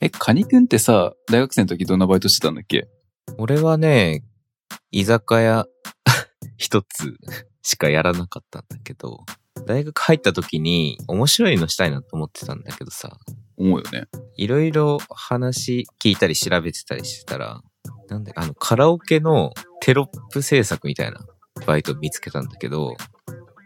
え、カニくんってさ、大学生の時どんなバイトしてたんだっけ俺はね、居酒屋 一つしかやらなかったんだけど、大学入った時に面白いのしたいなと思ってたんだけどさ、思うよね。いろいろ話聞いたり調べてたりしてたら、なんで、あの、カラオケのテロップ制作みたいなバイトを見つけたんだけど、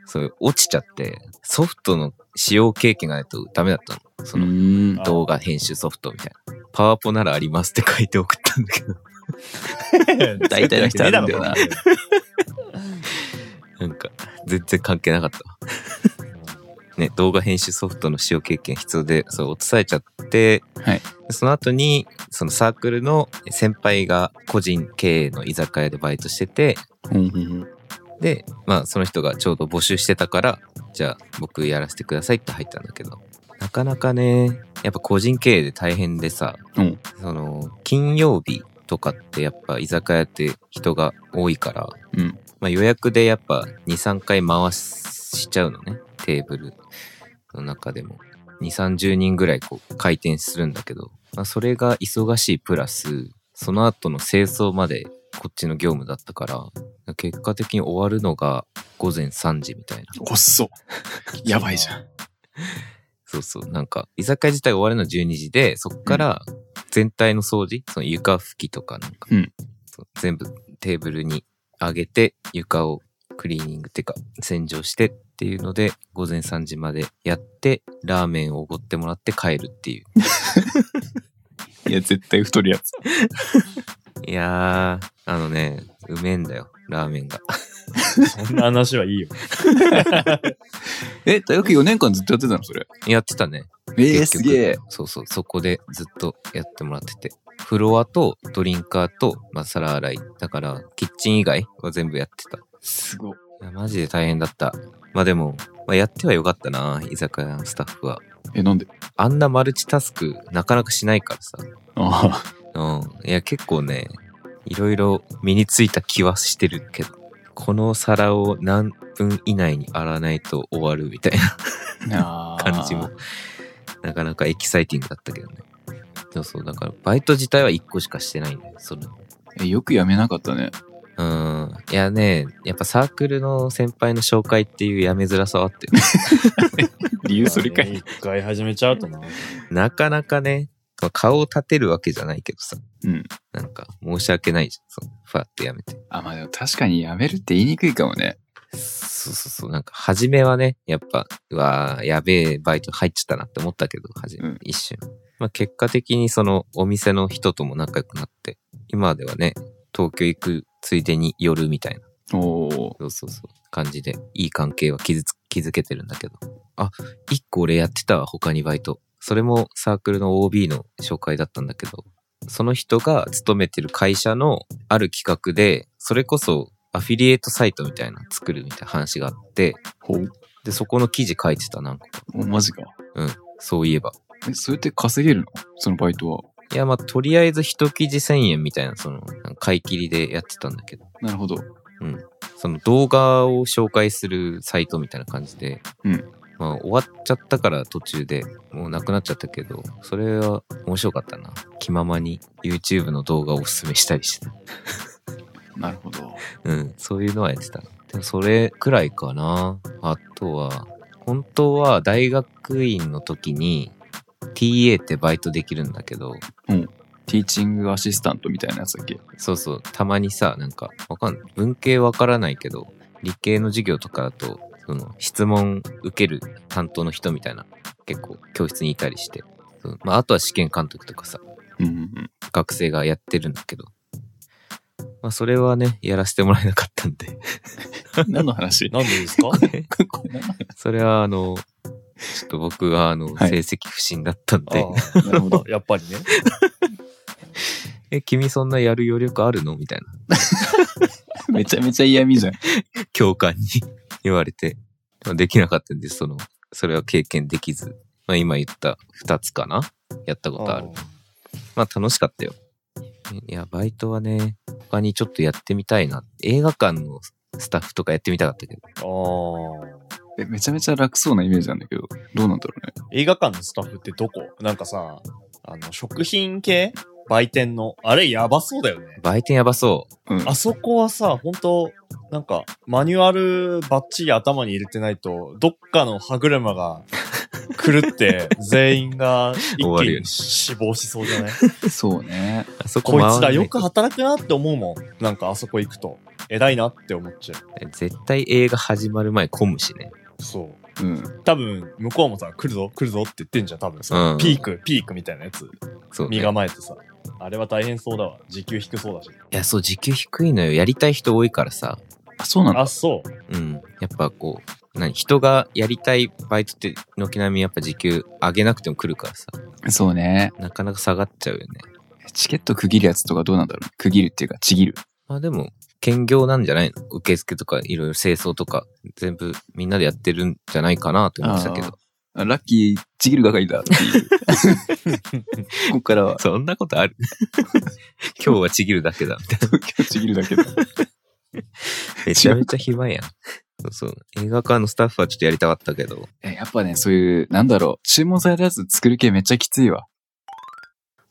それ落ちちゃって、ソフトの使用経験がないとダメだったの。そのん。動画編集ソフトみたいな。パワポならありますって書いて送ったんだけど、大体の人あるん だよな。なんか、全然関係な かったわ。ね、動画編集ソフトの使用経験必要で、それ落とされちゃって、はいでその後に、そのサークルの先輩が個人経営の居酒屋でバイトしてて、うんうんうんで、まあその人がちょうど募集してたから、じゃあ僕やらせてくださいって入ったんだけど、なかなかね、やっぱ個人経営で大変でさ、うんその、金曜日とかってやっぱ居酒屋って人が多いから、うん。まあ、予約でやっぱ2、3回回しちゃうのね。テーブルの中でも。2、30人ぐらいこう回転するんだけど、まあ、それが忙しいプラス、その後の清掃までこっちの業務だったから、結果的に終わるのが午前3時みたいな。おっ そ。やばいじゃん。そうそう。なんか、居酒屋自体が終わるの12時で、そっから全体の掃除、その床拭きとかなんか、うんそう全部テーブルに上げて、床をクリーニングっていうか、洗浄してっていうので、午前3時までやって、ラーメンをおごってもらって帰るっていう。いや、絶対太るやつ。いやー、あのね、うめえんだよ、ラーメンが。 そんな 話はいいよ。え、大学4年間ずっとやってたのそれ。やってたね。え結局。そうそう、そこでずっとやってもらってて。フロアとドリンカーと、まあ、皿洗い。だから、キッチン以外は全部やってた。すごい。いやマジで大変だった。まあでも、まあ、やってはよかったな、居酒屋のスタッフは。え、なんであんなマルチタスクなかなかしないからさ。あうん。いや、結構ね、いろいろ身についた気はしてるけど、この皿を何分以内に洗わないと終わるみたいな。 あー感じも。、なかなかエキサイティングだったけどね。そうそう、だからバイト自体は1個しかしてないんだよ。そのえ、よくやめなかったね。うん。いやね、やっぱサークルの先輩の紹介っていうやめづらさはあって、 ね、理由それかまあねい。一回始めちゃうとな。なかなかね、まあ顔を立てるわけじゃないけどさ、うん。なんか申し訳ないじゃん。そうファーってやめて。 あ、まあでも確かにやめるって言いにくいかもね。そうそうそう、なんか初めはね、やっぱ、うわーやべえバイト入っちゃったなって思ったけど、初め、うん一瞬。まあ結果的にそのお店の人とも仲良くなって、今ではね、東京行くついでに寄るみたいな、おお。そうそうそう、感じで、いい関係は築つ築けてるんだけど。あ、一個俺やってたわ、他にバイト。それもサークルの OB の紹介だったんだけど、その人が勤めてる会社のある企画で、それこそアフィリエイトサイトみたいなの作るみたいな話があって、ほう。で、そこの記事書いてた、なんか。おマジか。そういえば。え、それって稼げるのそのバイトは。いや、まあ、とりあえず一記事1000円みたいな、その、なんか買い切りでやってたんだけど、なるほど。その動画を紹介するサイトみたいな感じで、うんまあ、終わっちゃったから途中でもうなくなっちゃったけど、それは面白かったな。気ままに YouTube の動画をおすすめしたりしてた。なるほど。うん、そういうのはやってた。でも、それくらいかな。あとは、本当は大学院の時に TA ってバイトできるんだけど、ティーチングアシスタントみたいなやつだっけそうそう、たまにさ、なんか、わかんない。文系わからないけど、理系の授業とかだと、その、質問受ける担当の人みたいな、結構教室にいたりして。そうまあ、あとは試験監督とかさ、うんうんうん。学生がやってるんだけど。まあ、それはね、やらせてもらえなかったんで。 何の話なんでですかそれは、あの、ちょっと僕が、あの、はい成績不振だったんあで、あなるほど。やっぱりね。 え、君そんなやる余力あるのみたいな、めちゃめちゃ嫌味じゃん。教官に言われて、まあできなかったんです、その、それは経験できず。まあ、今言った二つかなやったことある。まあ楽しかったよ。いや、バイトはね、他にちょっとやってみたいな。映画館のスタッフとかやってみたかったけど、ああ。え、めちゃめちゃ楽そうなイメージなんだけど、どうなんだろうね。映画館のスタッフってどこなんかさ、あの、食品系売店の、あれやばそうだよね。売店やばそう。うん。あそこはさ、本当なんか、マニュアルバッチリ頭に入れてないと、どっかの歯車が狂って、全員が一終わ気るよに死亡しそうじゃないそうね。あそここいつら回んなよく働くなって思うもん。なんかあそこ行くと。偉いなって思っちゃ絶対映画始まる前混むしね。う。そう。うん。多分、向こうもさ、来るぞ、来るぞって言ってんじゃん、多分さ。うんピーク、ピークみたいなやつ、そう、ね。い身構えてさ。あれは大変そうだわ。時給低そうだし。や、そう、時給低いのよ。やりたい人多いからさ。あ、そうなんだ。あ、そう。うん。やっぱこう、何人がやりたいバイトって、軒並みやっぱ時給上げなくても来るからさ。そうね。なかなか下がっちゃうよね。チケット区切るやつとかどうなんだろうね。区切るっていうか、ちぎる。まあでも、兼業なんじゃないの受付とかいろいろ清掃とか、全部みんなでやってるんじゃないかなと思ってたけど。あラッキー、ちぎる係だっていう。 ここからは、そんなことある今日はちぎるだけだ。東京ちぎるだけだ。めちゃめちゃ暇やん。そうそう。映画館のスタッフはちょっとやりたかったけど。えやっぱね、そういう、なんだろう、注文されたやつ作る系めっちゃきついわ。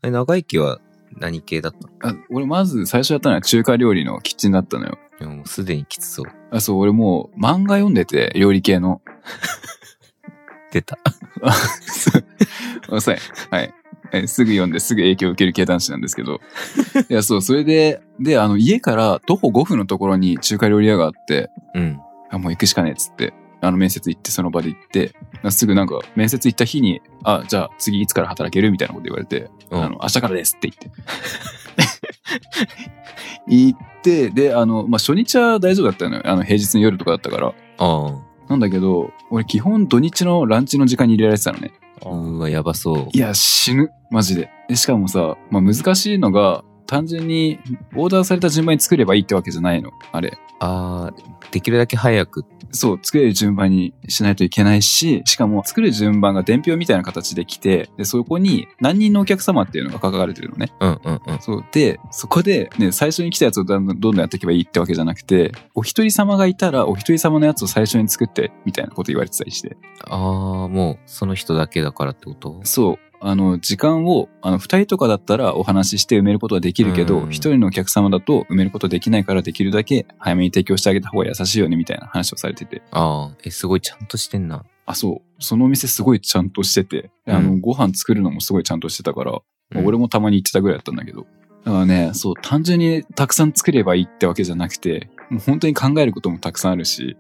え長生きは何系だったのあ俺、まず最初やったのは中華料理のキッチンだったのよ。でももうすでにきつそう。あ、そう、俺もう漫画読んでて、料理系の。出た。 そうそうはい。えすぐ読んですぐ影響を受ける系男子なんですけど。いや、そう、それで、で、あの、家から徒歩5分のところに中華料理屋があって、うん。あ、もう行くしかねえっつって、あの、面接行って、その場で行って、すぐなんか、面接行った日に、あ、じゃあ次いつから働けるみたいなこと言われて、うんあの、明日からですって 言って。行って、で、あの、まあ、初日は大丈夫だったのよ。あの、平日の夜とかだったから。あなんだけど、俺基本土日のランチの時間に入れられてたのね。あ。うーわ、やばそう。いや、死ぬ。マジで。でしかもさ、まあ、難しいのが、単純にオーダーされた順番に作ればいいってわけじゃないの。あれ。ああ、できるだけ早く。そう、作れる順番にしないといけないし、しかも作る順番が伝票みたいな形で来て、で、そこに何人のお客様っていうのが書かれてるのね。うんうんうん。そう。で、そこで、ね、最初に来たやつをどんどんどんどんやっていけばいいってわけじゃなくて、お一人様がいたら、お一人様のやつを最初に作って、みたいなこと言われてたりして。ああ、もうその人だけだからってことそう。あの、時間を、あの、二人とかだったらお話しして埋めることはできるけうど、ん一人のお客様だと埋めることできないからできるだけ早めに提供してあげた方が優しいよね、みたいな話をされてて。ああ、え、すごいちゃんとしてんな。あ、そう。そのお店すごいちゃんとしてて、あうの、ご飯作るのもすごいちゃんとしてたから、うん俺もたまに行ってたぐらいだったんだけど。だからね、そう、単純にたくさん作ればいいってわけじゃなくて、もう本当に考えることもたくさんあるし、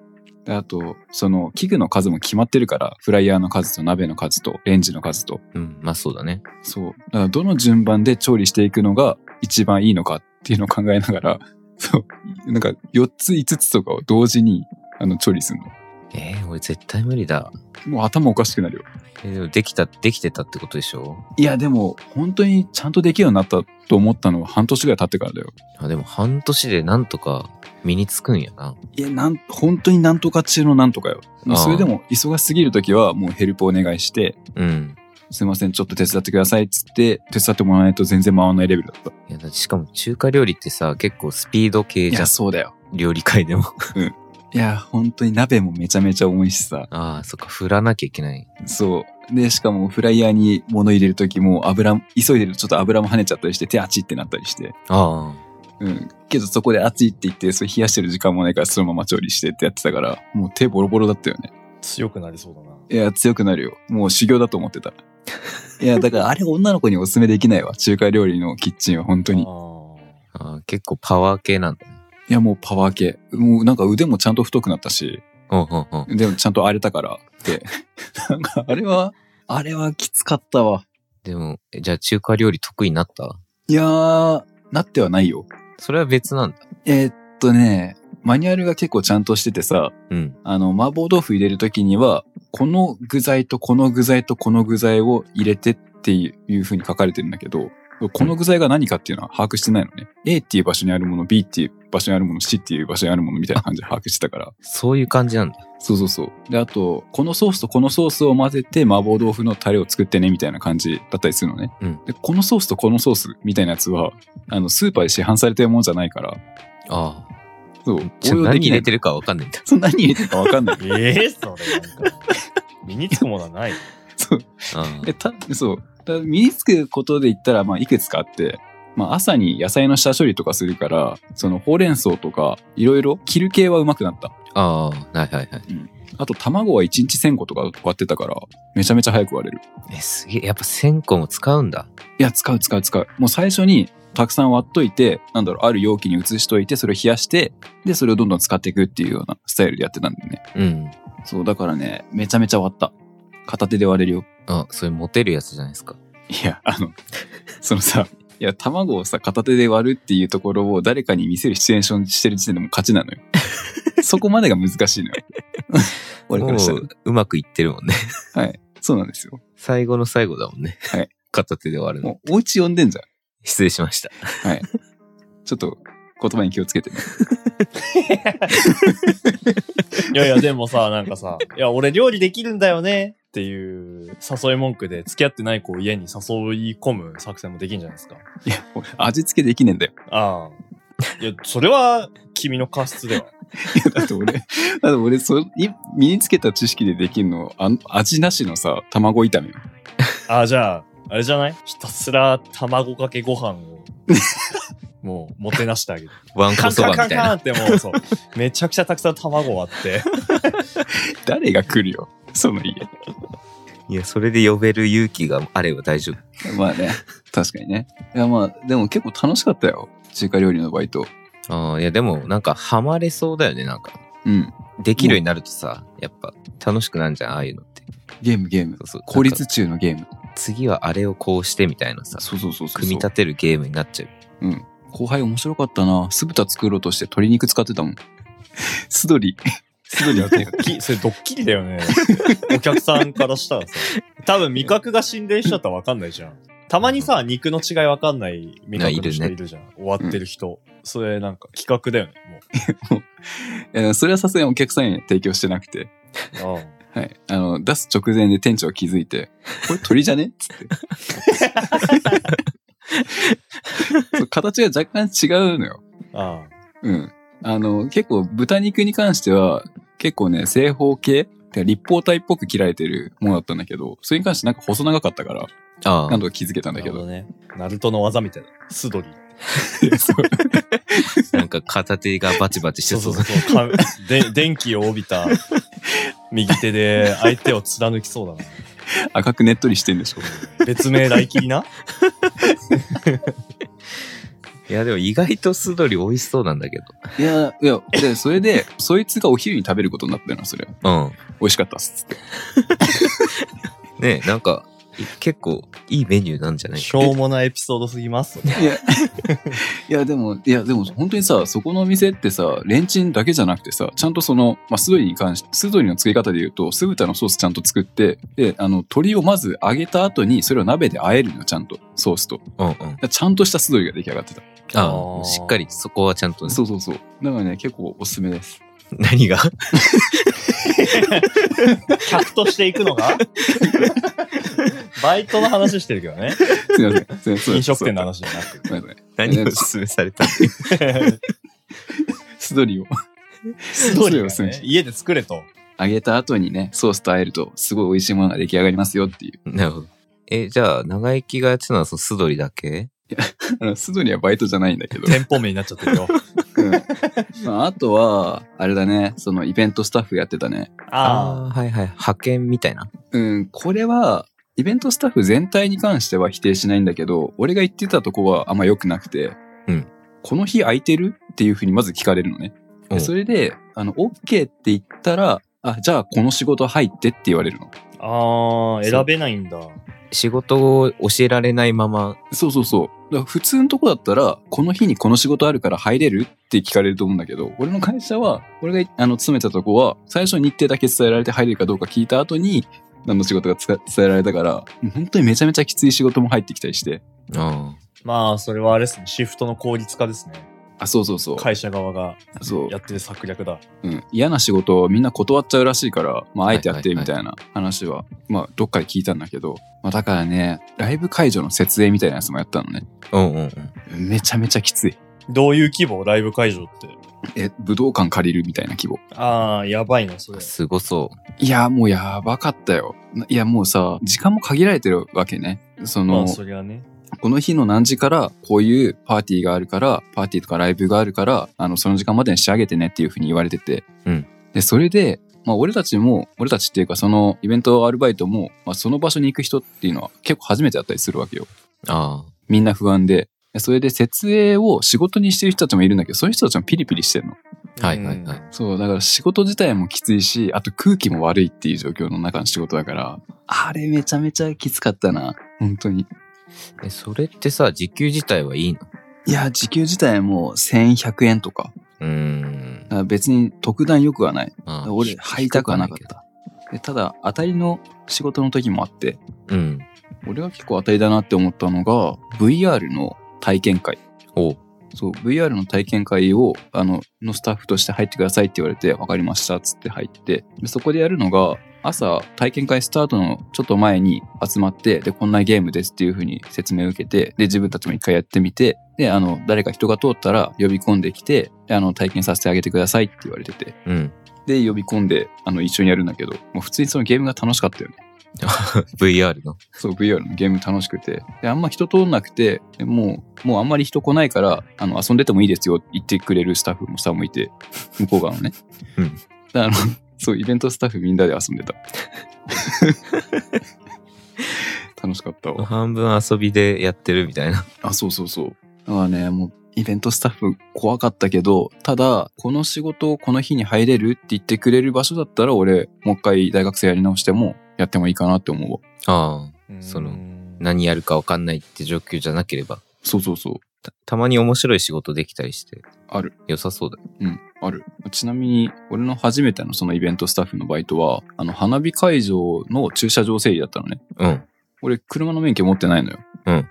であと、その、器具の数も決まってるから、フライヤーの数と鍋の数とレンジの数と、うん、まあそうだね。そう。だからどの順番で調理していくのが一番いいのかっていうのを考えながら、 そう。なんか4つ5つとかを同時にあの調理するの。えー、俺絶対無理だ。もう頭おかしくなるよ。えでもできた、できてたってことでしょいやでも本当にちゃんとできるようになったと思ったのは半年ぐらい経ってからだよ。あでも半年でなんとか身につくんやな。いや、なん、本当になんとか中のなんとかよ。もうあーそれでも忙しすぎるときはもうヘルプお願いして、うん。すいません、ちょっと手伝ってくださいっつって、手伝ってもらわないと全然回らないレベルだった。いや、だってしかも中華料理ってさ、結構スピード系いじゃん。そうだよ。料理界でも。 いや、本当に鍋もめちゃめちゃ重いしさ。ああ、そっか、振らなきゃいけない。そう。で、しかもフライヤーに物入れるときも油、急いでるとちょっと油も跳ねちゃったりして手あっちってなったりして。あうん。けどそこで熱いって言って、それ冷やしてる時間もないからそのまま調理してってやってたから、もう手ボロボロだったよね。強くなりそうだな。いや、強くなるよ。もう修行だと思ってた。いや、だからあれ女の子におすすめできないわ。中華料理のキッチンは本当に。ああああ、結構パワー系なんだね。いや、もうパワー系。もうなんか腕もちゃんと太くなったし、うんうんうん。でもちゃんと荒れたからって。なんかあれは、あれはきつかったわ。でも、えじゃあ中華料理得意になったいやー、なってはないよ。それは別なんだ。えーっとね、マニュアルが結構ちゃんとしててさ、うん。あの、麻婆豆腐入れるときには、この具材とこの具材とこの具材を入れてっていう風に書かれてるんだけど、この具材が何かっていうのは把握してないのね。A っていう場所にあるもの、B っていう場所にあるもの、C っていう場所にあるものみたいな感じで把握してたから。そういう感じなんだ。そうそうそう。で、あと、このソースとこのソースを混ぜて麻婆豆腐のタレを作ってね、みたいな感じだったりするのね。うんで、このソースとこのソースみたいなやつは、あの、スーパーで市販されてるものじゃないから、ああ。そう。ちょっと何入れてるかわかんない んだ。そう何入れてるかわかん ない。ええそれなんか。身につくものはない。そう。あえ、た、そう。だから身につくことで言ったら、まあ、いくつかあって、まあ、朝に野菜の下処理とかするから、その、ほうれん草とか、いろいろ、切る系はうまくなった。あー、はいはいはい。あと、卵は1日1000個とか割ってたから、めちゃめちゃ早く割れる。え、すげえ。やっぱ1000個も使うんだ。いや、使う使う使う。もう最初に、たくさん割っといて、なんだろう、ある容器に移しといて、それを冷やして、で、それをどんどん使っていくっていうようなスタイルでやってたんだよね。うん。そう、だからね、めちゃめちゃ割った。片手で割れるよ。あ、それモテるやつじゃないですか。いや、あの、そのさ、いや、卵をさ、片手で割るっていうところを誰かに見せるシチュエーションしてる時点でもう勝ちなの よ。そこまでが難しいの よ。俺からしたもう、うまくいってるもんね。 ら。はい。そうなんですよ。最後の最後だもんね。はい。 片手で割るの。もう、お家呼んでんじゃん。失礼しました。ちょっと、言葉に気をつけてね。いやいや、でもさ、なんかさ、いや、俺料理できるんだよねっていう誘い文句で、付き合ってない子を家に誘い込む作戦もできるんじゃないですか。いや、俺味付けできねえんだよ。ああ。いや、それは君の過失では。いや、だって俺、だって俺そ、い身につけた知識でできるの、あの味なしのさ、卵炒めよ。ああ、じゃあ、あれじゃないひたすら卵かけご飯を、もう、もてなしてあげる。ワンカコンそカばンみたカンいカンな。ってもう、そう。めちゃくちゃたくさん卵割って。誰が来るよ。その家。いや、それで呼べる勇気があれば大丈夫。まあね、確かにね。いや、まあ、でも結構楽しかったよ。中華料理のバイト。ああ、いや、でも、なんか、ハマれそうだよね、なんか。うん。できるようになるとさ、やっぱ、楽しくなんじゃん、ああいうのって。ゲーム、ゲーム。そうそう効な率んか中のゲーム。次はあれをこうしてみたいなさ、そうそうそうそう。組み立てるゲームになっちゃう。うん。後輩面白かったな。酢豚作ろうとして鶏肉使ってたもん。素鶏。素い鶏やっド て。ッキリ、それドッキリだよね。お客さんからしたらさ。多分味覚が死んでる人だったらわかんないじゃん。たまにさ、肉の違いわかんない味覚の人あいるいねるじゃん。終わってる人。それなんか企画だよね、えーそれはさすがにお客さんには提供してなくて。もう。あはい。あの、出す直前で店長気づいて、これ鳥じゃねっつって。そう形が若干違うのよ。あうん。あの、結構豚肉に関しては、結構ね、正方形てか立方体っぽく切られてるものだったんだけど、それに関してなんか細長かったから、あなんとか気づけたんなだるけほどど。ね。ナルトの技みたいな。素取り。 あ、なんか片手がバチバチしてそう。そう。かで 電気を帯びた右手で相手を貫きそうだな。赤くねっとりしてんでしょ。別名来キリな。いや、でも意外と素通り美味しそうなんだけいや、いや、で、それ で、そいつがお昼に食べることになったよな、それ。ど。美味しかったっす。ってうん。ねえなんか、い結構いいメニューなんじゃないしょうもないエピソードすぎます。いや、いや、でも、いや、でも、本当にさ、そこのお店ってさ、レンチンだけじゃなくてさ、ちゃんとその、まあ、素鶏に関して、素鶏の作り方で言うと、酢豚のソースちゃんと作って、で、あの、鶏をまず揚げた後に、それを鍋で和えるのよ、ちゃんと、ソースと。うんうん。ちゃんとした素鶏が出来上がってた。ああーあ、しっかりそこはちゃんとね、 そうそうそう。だからね、結構おすすめです。何が客としていくのがバイトの話してるけどね。すいません。すいません。飲食店のだ。話じゃなくて。すいません。 何をお勧めされた素鶏を。ストーリーをがね家で作れと。揚げた後にね、ソースと和えると、すごい美味しいものが出来上がりますよっていう。 なるほど。え、じゃあ、長生きがやってたのはその素通りだけあの、素通りはバイトじゃないんだけど。店舗名になっちゃってるよ。うんまあ、あとは、あれだね、そのイベントスタッフやってたね。ああー、はいはい。派遣みたいな。うん、これは、イベントスタッフ全体に関しては否定しないんだけど、俺が言ってたとこはあんま良くなくて、うんこの日空いてるっていうふうにまず聞かれるのね。うでんそれで、あの、OK って言ったら、あ、じゃあこの仕事入ってって言われるの。あ。ああ、選べないんだ。仕事を教えられないまま、そうそうそう。だから普通のとこだったら、この日にこの仕事あるから入れるって聞かれると思うんだけど、俺の会社は、俺があの勤めてたとこは、最初に日程だけ伝えられて入れるかどうか聞いた後に、何の仕事がつか伝えられたから、本当にめちゃめちゃきつい仕事も入ってきたりして。あまあ、それはあれですね。シフトの効率化ですね。あ、そうそうそう。会社側がそうやってる策略だ。うん、嫌な仕事をみんな断っちゃうらしいから、まあ、あえてやってるはみいはたいいな話は、まあ、どっかで聞いたんだけど、まあ、だからね、ライブ会場の設営みたいなやつもやったのね。あ。うんうんうん。めちゃめちゃきつい。どういう規模ライブ会場って。え、武道館借りるみたいな規模。ああ、やばいな、それ。すごそいや、もうやばかったよ。ないや、もうさ、時間も限られてるわけね。その、まあ、そりゃね。この日の何時からこういうパーティーがあるから、パーティーとかライブがあるから、あの、その時間までに仕上げてねっていうふうに言われてて。うんで、それで、まあ俺たちも、俺たちっていうかそのイベントアルバイトも、まあその場所に行く人っていうのは結構初めてだったりするわけよ。う。あみんな不安で。でそれで設営を仕事にしてる人たちもいるんだけど、そういう人たちもピリピリしてるの。あ。はいはいはい。そう、だから仕事自体もきついし、あと空気も悪いっていう状況の中の仕事だから、あれめちゃめちゃきつかったな。本当に。え、それってさ、時給自体はいいのいや、時給自体も1100円とか。うーん。あ別に特段良くはない。まあ俺、入りたくはなかっ。た。でただ、当たりの仕事の時もあって、うん。俺が結構当たりだなって思ったのが、VR の体験会。おうそう、VR の体験会を、あの、のスタッフとして入ってくださいって言われて、わかりました、つって入って。でそこでやるのが、朝、体験会スタートのちょっと前に集まって、で、こんなゲームですっていう風に説明を受けて、で、自分たちも一回やってみて、で、あの、誰か人が通ったら呼び込んできて、であの、体験させてあげてくださいって言われてて。うん。で、呼び込んで、あの、一緒にやるんだけど、もう普通にそのゲームが楽しかったよね。 VR の。そう、VR のゲーム楽しくて。で、あんま人通んなくて、でもう、もうあんまり人来ないから、あの、遊んでてもいいですよって言ってくれるスタッフもさ、もい て、向こう側のね。うんで。あの、そう、イベントスタッフみんなで遊ん でた。楽しかったわ。半分遊びでやってるみたいな。あ、そうそうそう。だからね、もう、イベントスタッフ怖かったけど、ただ、この仕事をこの日に入れるって言ってくれる場所だったら、俺、もう一回大学生やり直しても、やってもいいかなって思うわ。ああ。そそのの、何やるか分かんないって状況じゃなければ。そうそうそう。たたまに面白い仕事できたりして。ある。良さそうだ。うん、ある。ちなみに、俺の初めてのそのイベントスタッフのバイトは、あの、花火会場の駐車場整理だったのね。うん。俺、車の免許持ってないのよ。うん。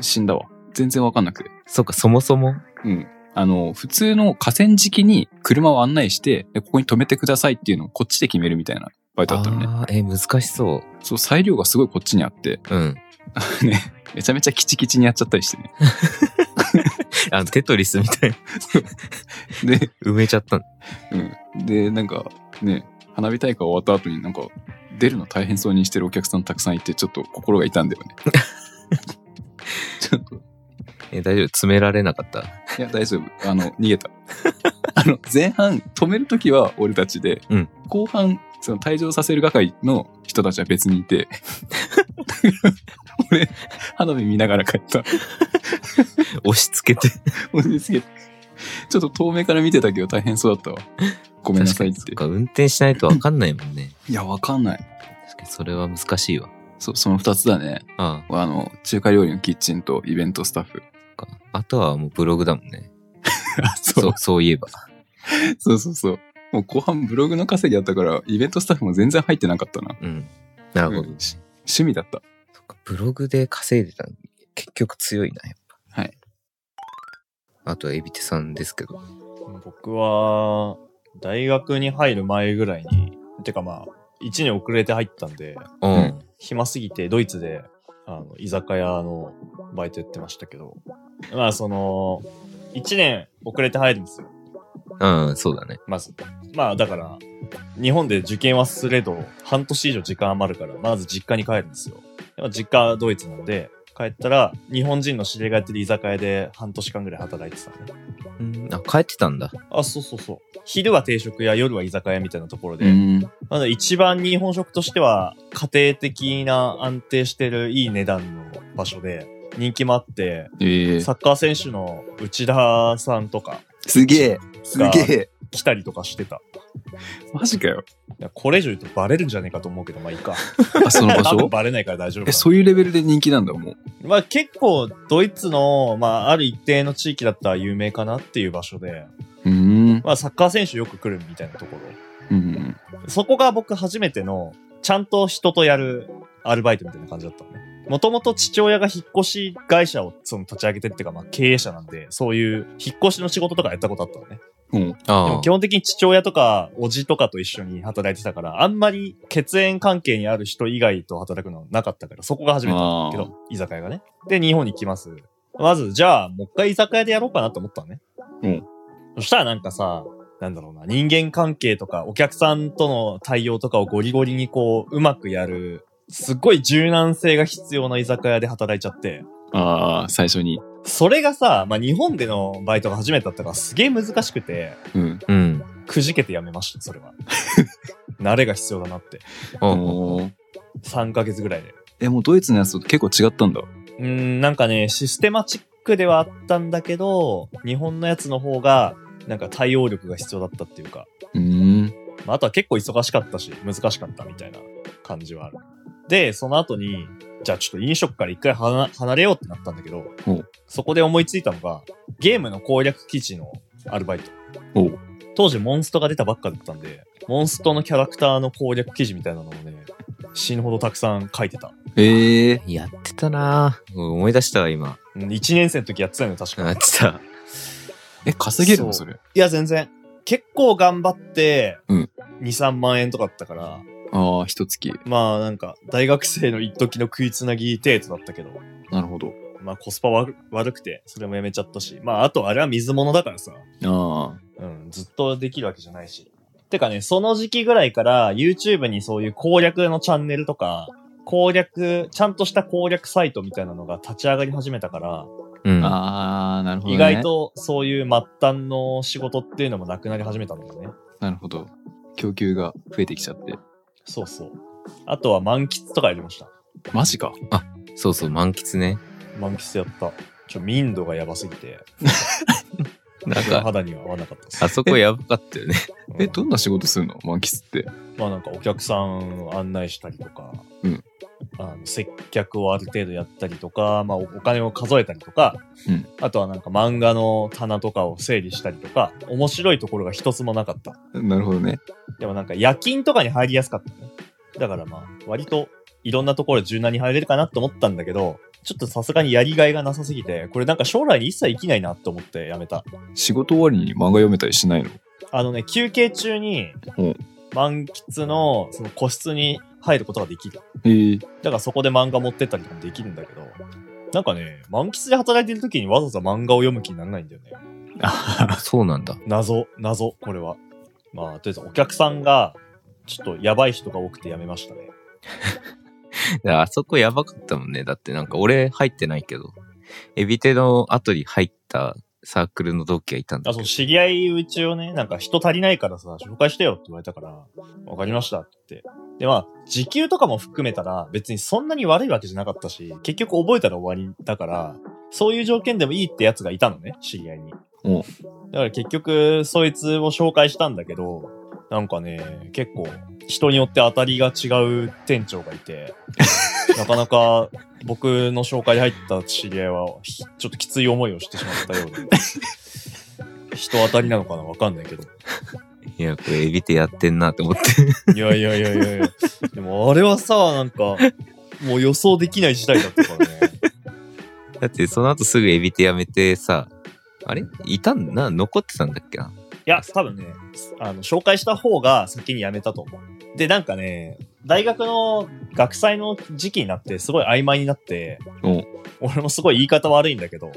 死んだわ。全然わかんなくて。そうか、そもそも。うん。あの、普通の河川敷に車を案内して、でここに止めてくださいっていうのをこっちで決めるみたいなバイトだったのね。ああ、え、難しそそう、裁量がすごいこっちにあって、う。うん。ね、めちゃめちゃキチキチにやっちゃったりしてね。あの、テトリスみたいに で、埋めちゃったのうん、でなんかね花火大会終わった後になんか出るの大変そうにしてるお客さんたくさんいてちょっと心が痛んだよ ねちょっとえ、大丈夫詰められなかった。いや大丈夫あの逃げた あの前半止める時は俺たちで、うん後半その退場させる係の人たちは別にいて 俺花火見ながら帰った押し付けて。俺ですけどちょっと遠目から見てたけど大変そうだったわごめんなさいっそてっか、運転しないと分かんないもんね。いやわかんない確かに、それは難しいわ。そその2つだねああの、中華料理のキッチンとイベントスタッフ。あ、そっか。あとはもうブログだもんね。あ、そう、そういえば。そうそうそう。もう後半ブログの稼ぎだったから、イベントスタッフも全然入ってなかったな。うん。なるほど。うんし趣味だった。そっかブログで稼いでたの結局強いな、やっぱ。はい。あとはエビテさんですけど。僕は、大学に入る前ぐらいに、てかまあ、1年遅れて入ったんで、う。うん暇すぎてドイツで、あの、居酒屋のバイトやってましたけど、まあその、1年遅れて入るんですよ、うん、そうだね。まず。まあだから、日本で受験はすれど、半年以上時間余るから、まず実家に帰るんですよ。でまあ実家はドイツなので、帰ったら、日本人の知り合いがやってる居酒屋で半年間ぐらい働いてたのね。うんあ、帰ってたんだ。あ、そうそうそう。昼は定食屋、夜は居酒屋みたいなところで、うん。まだ一番日本食としては家庭的な安定してるいい値段の場所で、人気もあって、ええサッカー選手の内田さんとかすげえ。すげえ。来たりとかしてた。マジかよ。いやこれ以上言うとバレるんじゃねえかと思うけど、まあいいか。あ、その場多分所バレ ないから大丈夫え、かなそういうレベルで人気なんだ、もう。まあ結構ドイツの、まあある一定の地域だったら有名かなっていう場所で、うーん。まあサッカー選手よく来るみたいなところ。うん。そこが僕初めての、ちゃんと人とやるアルバイトみたいな感じだったのね。もともと父親が引っ越し会社をその立ち上げてっていうか、まあ経営者なんで、そういう引っ越しの仕事とかやったことあったのね。うん。であも基本的に父親とか、おじとかと一緒に働いてたから、あんまり血縁関係にある人以外と働くのはなかったから、そこが初めてだったけあーど、居酒屋がね。で、日本に来ます。まず、じゃあ、もう一回居酒屋でやろうかなと思ったのね。うん。そしたらなんかさ、なんだろうな、人間関係とか、お客さんとの対応とかをゴリゴリにこう、うまくやる、すっごい柔軟性が必要な居酒屋で働いちゃって、ああ、最初に。それがさ、まあ、日本でのバイトが初めてだったからすげえ難しくて、うん。うん。くじけてやめました、それは。慣れが必要だなって。おおー3ヶ月ぐらいで。え、もうドイツのやつと結構違ったんだ。うーん、なんかね、システマチックではあったんだけど、日本のやつの方が、なんか対応力が必要だったっていうか、うーん。まあ、あとは結構忙しかったし、難しかったみたいな感じはある。で、その後に、じゃあちょっと飲食から一回離離れようってなったんだけどおう、そこで思いついたのが、ゲームの攻略基地のアルバイト。おう当時モンストが出たばっかだったんで、モンストのキャラクターの攻略記事みたいなのをね、死ぬほどたくさん書いてた。ええやってたなぁうん思い出したわ、今。うん1年生の時やってたよね、確やかっ。てた。え、稼げるのそそうれ。いや、全然。結構頑張って、うん2、3万円とかだったから、ああ、一月。まあなんか、大学生の一時の食いつなぎ程度だったけど、なるほど。まあコスパ悪悪くて、それもやめちゃったし、まああとあれは水物だからさ、あうん、ずっとできるわけじゃないし。てかね、その時期ぐらいから YouTube にそういう攻略のチャンネルとか、攻略、ちゃんとした攻略サイトみたいなのが立ち上がり始めたから、うん。あ。ああ、なるほど、ね。意外。とそういう末端の仕事っていうのもなくなり始めたんだよね。なるほど。供給が増えてきちゃって。そうそう。あとは満喫とかやりました。マジか。そうそう、満喫ね。満喫やった。ちょ、民度がやばすぎて、なん僕のか、肌には合わなかったで すあ。そこやばかったよね。うんえ、どんな仕事するの満喫って。まあなんかお客さんを案内したりとか、うんあの接客をある程度やったりとか、まあおお金を数えたりとか、うんあとはなんか漫画の棚とかを整理したりとか、面白いところが一つもなかった。なるほどね。でもなんか夜勤とかに入りやすかったね。だからまあ割といろんなところ柔軟に入れるかなと思ったんだけど、ちょっとさすがにやりがいがなさすぎて、これなんか将来に一切生きないなと思ってやめた。仕事終わりに漫画読めたりしないのあのね、休憩中にうん満喫のその個室に入ることができる。ええだからそこで漫画持ってったりとかもできるんだけど、なんかね、満喫で働いてる時にわざわざ漫画を読む気にならないんだよね。そうなんだ。謎、謎、これは。まあ、とりあえずお客さんが、ちょっとやばい人が多くてやめましたね。あそこやばかったもんね。だってなんか俺入ってないけど、エビテの後に入ったサークルの同期がいたんだあ、けそどう、知り合いうちをね、なんか人足りないからさ、紹介してよって言われたから、わかりましたって。で、まあ、時給とかも含めたら、別にそんなに悪いわけじゃなかったし、結局覚えたら終わりだから、そういう条件でもいいってやつがいたのね、知り合いに。おだから結局、そいつを紹介したんだけど、なんかね、結構、人によって当たりが違う店長がいて、 なかなか僕の紹介で入った知り合いは、ひちょっときつい思いをしてしまったようで。人当たりなのかなわかんないけど。いや、これエビテやってんなと思って。いやいやいやいやいや。でもあれはさ、なんか、もう予想できない事態だったからね。だってその後すぐエビテやめてさ、あれいたんな、残ってたんだっけないや、多分ね、あの、紹介した方が先に辞めたと思う。で、なんかね、大学の学祭の時期になって、すごい曖昧になって、うん俺もすごい言い方悪いんだけど、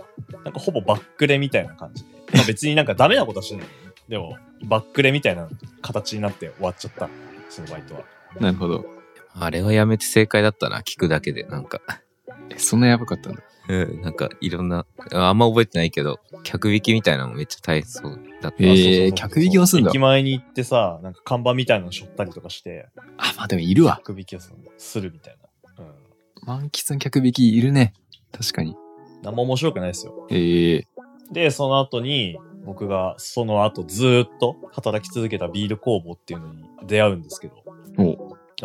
なんかほぼバックレみたいな感じで。まあ別になんかダメなことはしてない。でも、バックレみたいな形になって終わっちゃった。そのバイトは。なるほど。あれはやめて正解だったな、聞くだけで。なんか、 え、そんなやばかったんだ。うん、なんかいろんな、ああんま覚えてないけど、客引きみたいなのもめっちゃ大変そうだった。えーあそうそうそう客引きをすんだ駅前に行ってさ、なんか看板みたいなのしょったりとかして、あ、まあでもいるわ。客引きをするするみたいな。うん。満喫の客引きいるね。確かに。何も面白くないですよ。ええで、その後に、僕がその後ずーっと働き続けたビール工房っていうのに出会うんですけど。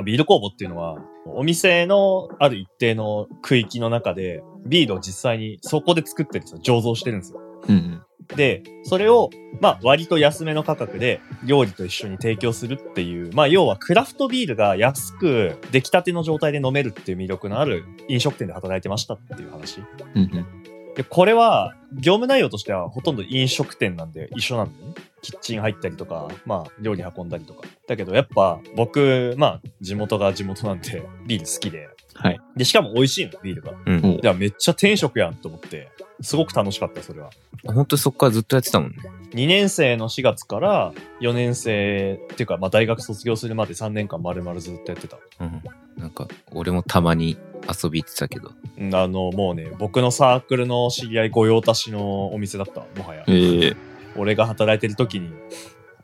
ビール工房っていうのは、お店のある一定の区域の中で、ビールを実際にそこで作ってるんですよ。醸造してるんですようんうん。で、それを、まあ、割と安めの価格で、料理と一緒に提供するっていう、まあ、要は、クラフトビールが安く、出来たての状態で飲めるっていう魅力のある飲食店で働いてましたっていう話。うんうん。で、これは、業務内容としては、ほとんど飲食店なんで、一緒なんだよね。キッチン入ったりとか、まあ、料理運んだりとか。だけど、やっぱ、僕、まあ、地元が地元なんで、ビール好きで。はい。で、しかも美味しいの、ビールが。うんおいや、めっちゃ天職やんと思って、すごく楽しかった、それは。本当にそっからずっとやってたもんね。 2年生の4月から4年生っていうか、まあ、大学卒業するまで3年間丸々ずっとやってた。うん。なんか、俺もたまに遊び行ってたけど。うんあの、もうね、僕のサークルの知り合い御用達のお店だった、もはや。ええ俺が働いてる時に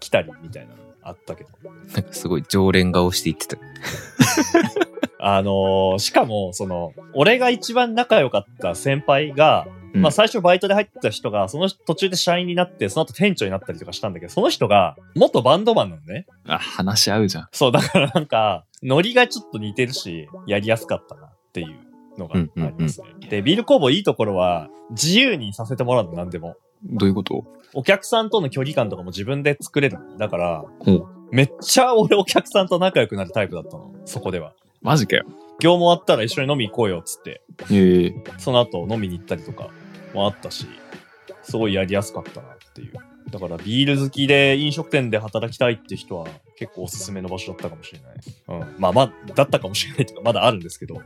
来たりみたいなのあったけど。なんかすごい常連顔して行ってた。あのーしかも、その、俺が一番仲良かった先輩が、うんまあ最初バイトで入ってた人が、その途中で社員になって、その後店長になったりとかしたんだけど、その人が元バンドマンなのね。あ、話し合うじゃん。そう、だからなんか、ノリがちょっと似てるし、やりやすかったなっていうのがありますね。で、ビール工房いいところは、自由にさせてもらうの、なんでも。どういうことお客さんとの距離感とかも自分で作れるの。だからうん、めっちゃ俺お客さんと仲良くなるタイプだったの、そこでは。マジかよ。業務終わったら一緒に飲み行こうよ、つって。ええその後飲みに行ったりとかもあったし、すごいやりやすかったなっていう。だからビール好きで飲食店で働きたいって人は結構おすすめの場所だったかもしれない。うん。まあまあ、だったかもしれないとか、まだあるんですけど。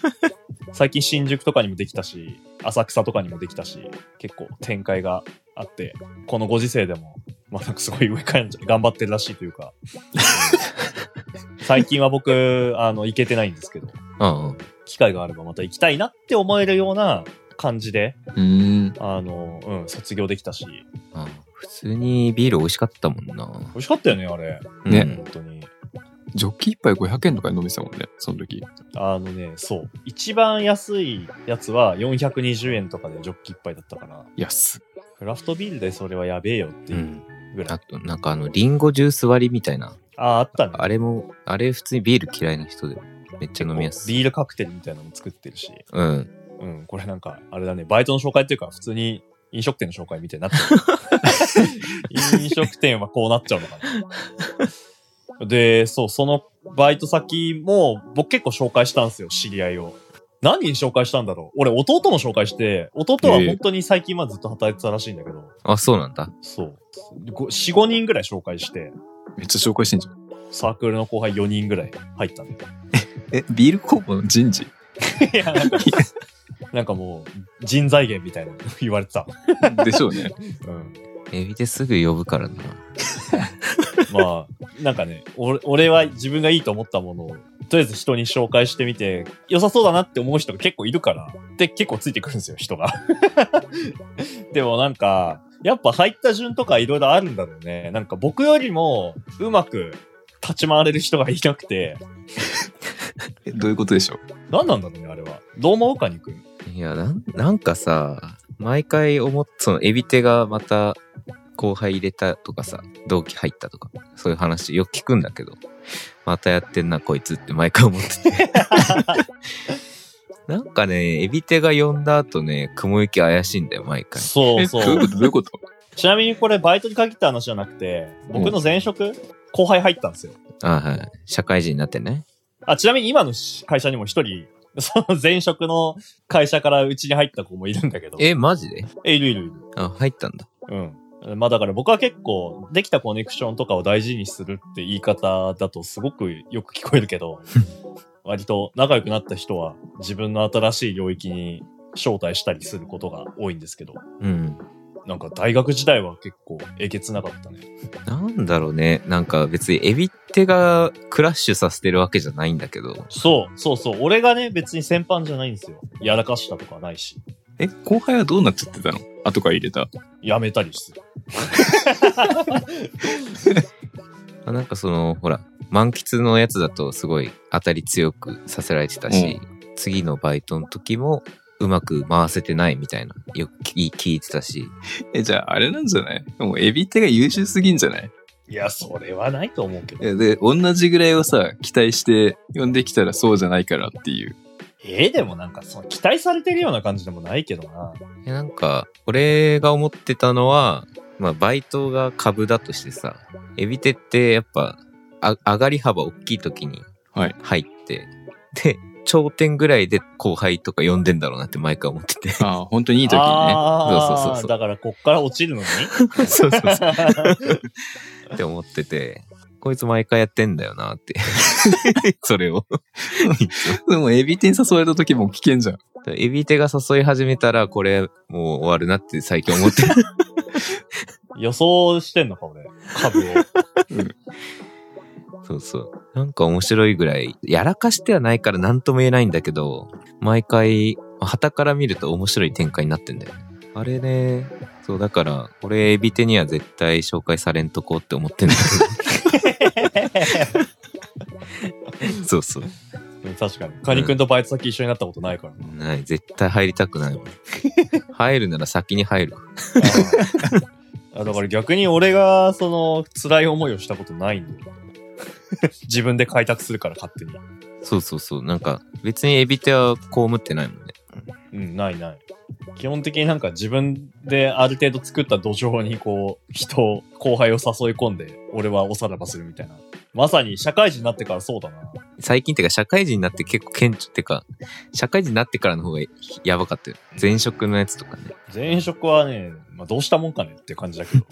最近新宿とかにもできたし、浅草とかにもできたし、結構展開があって、このご時世でも、まあなんかすごい上から頑張ってるらしいというか。うん最近は僕、あの、行けてないんですけど、うんうん。機会があればまた行きたいなって思えるような感じで、うーん。あの、うん、卒業できたし、あ普通にビール美味しかったもんな。美味しかったよね、あれ。ねうん本当に。ジョッキ一杯500円とかで飲めてたもんね、その時。あのね、そう。一番安いやつは420円とかでジョッキ一杯だったから、安っ。クラフトビールでそれはやべえよってう。いうんぐらあい。と、なんかあの、リンゴジュース割りみたいな。ああ、あったね。あれも、あれ普通にビール嫌いな人で、めっちゃ飲みやすい。ビールカクテルみたいなのも作ってるし、うん。うん、これなんか、あれだね、バイトの紹介っていうか、普通に飲食店の紹介みたいになって る。飲食店はこうなっちゃうのかな。で、そう、そのバイト先も、僕結構紹介したんですよ、知り合いを。何人紹介したんだろう俺、弟も紹介して、弟は本当に最近までずっと働いてたらしいんだけど、あ、そうなんだ。そう。ご4、5人ぐらい紹介して、めっちゃ紹介してんじゃん。サークルの後輩4人ぐらい入ったんだけどえ、ビール工房の人事 いや、なんか、なんかもう、人材源みたいなの言われてた。でしょうね。 うん。エビですぐ呼ぶからな。まあ、なんかね、俺俺は自分がいいと思ったものを、とりあえず人に紹介してみて、良さそうだなって思う人が結構いるから、で、結構ついてくるんですよ、人が。 でもなんか、やっぱ入った順とかいろいろあるんだろうね。なんか僕よりも、うまく立ち回れる人がいなくて、えどういうことでしょう何なんだろうね、あれは。どう思うかにくん。いや、なん、なんかさ、毎回思っその、エビテがまた、後輩入れたとかさ、同期入ったとか、そういう話よく聞くんだけど、またやってんな、こいつって毎回思って て。なんかね、エビテが呼んだ後ね、雲行き怪しいんだよ、毎回。そうえそう。どういうことどういうこと ちなみにこれバイトに限った話じゃなくて、僕の前職、後輩入ったんですよ。あはい。社会人になってね。あ、ちなみに今の会社にも一人、 その前職の会社からうちに入った子もいるんだけど。え、マジでえいるいるいる。あ、入ったんだ。うん。まあだから僕は結構、できたコネクションとかを大事にするって言い方だとすごくよく聞こえるけど、割と仲良くなった人は自分の新しい領域に招待したりすることが多いんですけど、うん。なんか大学時代は結構えげつなかったね。なんだろうね。なんか別にエビってがクラッシュさせてるわけじゃないんだけど。そう、そうそう。俺がね、別に先般じゃないんですよ。やらかしたとかはないし。え、後輩はどうなっちゃってたの後から入れた。やめたりする。あなんかその、ほら、満喫のやつだとすごい当たり強くさせられてたし、次のバイトの時もうまく回せてないみたいな、よく聞聞いてたし。え、じゃああれなんじゃないもうエビ手が優秀すぎんじゃないいや、それはないと思うけど。えで、同じぐらいをさ、期待して呼んできたらそうじゃないからっていう。えーでもなんか、その期待されてるような感じでもないけどな。えなんか、俺が思ってたのは、まあ、バイトが株だとしてさ、エビテってやっぱ、あ上がり幅大きい時にはい入って、で、頂点ぐらいで後輩とか呼んでんだろうなって毎回思ってて。ああ、本当にいい時にね。あーそうそうそうそうだから、こっから落ちるのに そうそうそう。って思ってて、こいつ毎回やってんだよなって。 それを。でもエビ手に誘われた時も危険じゃん。エビテが誘い始めたら、これもう終わるなって最近思ってる。予想してんのか、俺。株を。そうそう。なんか面白いぐらい、やらかしてはないから何とも言えないんだけど、毎回、旗から見ると面白い展開になってんだよね。あれね、そう、だから、これエビテには絶対紹介されんとこって思ってんだけど。そうそう。うん確かに。カニ君とバイト先一緒になったことないからな。ない、絶対入りたくない もん。入るなら先に入る。あーあだから逆に俺が、その、辛い思いをしたことないんだよ。自分で開拓するから勝手に。そうそうそう。なんか、別にエビテは被ってないもんね。うん、ないない。基本的になんか自分である程度作った土壌にこう、人を、後輩を誘い込んで、俺はおさらばするみたいな。まさに社会人になってからそうだな。最近ってか社会人になって結構顕著ってか社会人になってからの方がやばかったよ前職のやつとかね前職はね、まあどうしたもんかねって感じ だけど。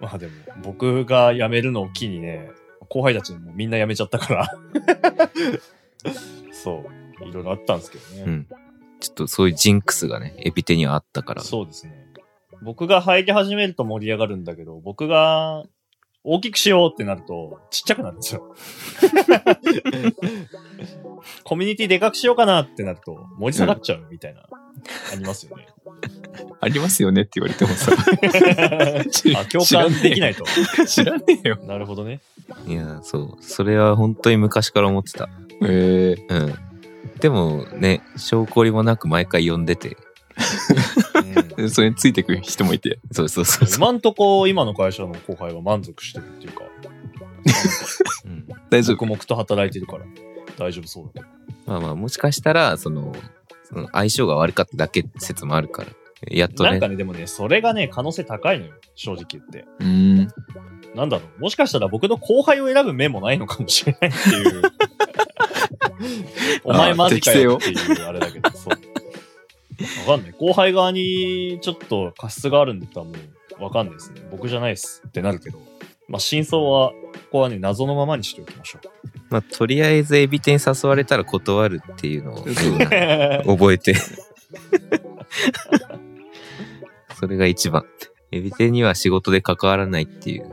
まあでも、僕が辞めるのを機にね、後輩たちもみんな辞めちゃっ たから。そう。いろいろあったんですけどね。うんちょっとそういうジンクスがねエビテにはあったからそうですね。僕が入り始めると盛り上がるんだけど、僕が大きくしようってなると、ちっちゃくなるんで すよ。コミュニティでかくしようかなってなると、盛り下がっちゃうみたいな、あります よね。ありますよねって言われても さ、あ、共感できないと。知らねえよ。なるほどね。いやーそうそれは本当に昔から思ってたええうんでもね証拠りもなく毎回呼んでてうん、それについてく人もいて。そうそうそうそ今んとこ、今の会社の後輩は満足してるっていうう、か、うん大丈夫黙々と働いてるから、大丈夫そうだけど。まあまあもしかしたらそのその相性が悪かっただけ説もあるからやっとなんねかね、でもね、それがね、可能性高いのよ、正直言って。うーん。なんだろう、もしかしたら僕の後輩を選ぶ目もないのかもしれないっていう。お前マジかよっていうあれだけど、そう。わかんない。後輩側にちょっと過失があるんだったらもうわかんないですね。僕じゃないですってなるけど。まあ真相は、ここはね、謎のままにしておきましょう。まあとりあえずエビテに誘われたら断るっていうのをそうだ覚えて。それが一番。エビテには仕事で関わらないっていう。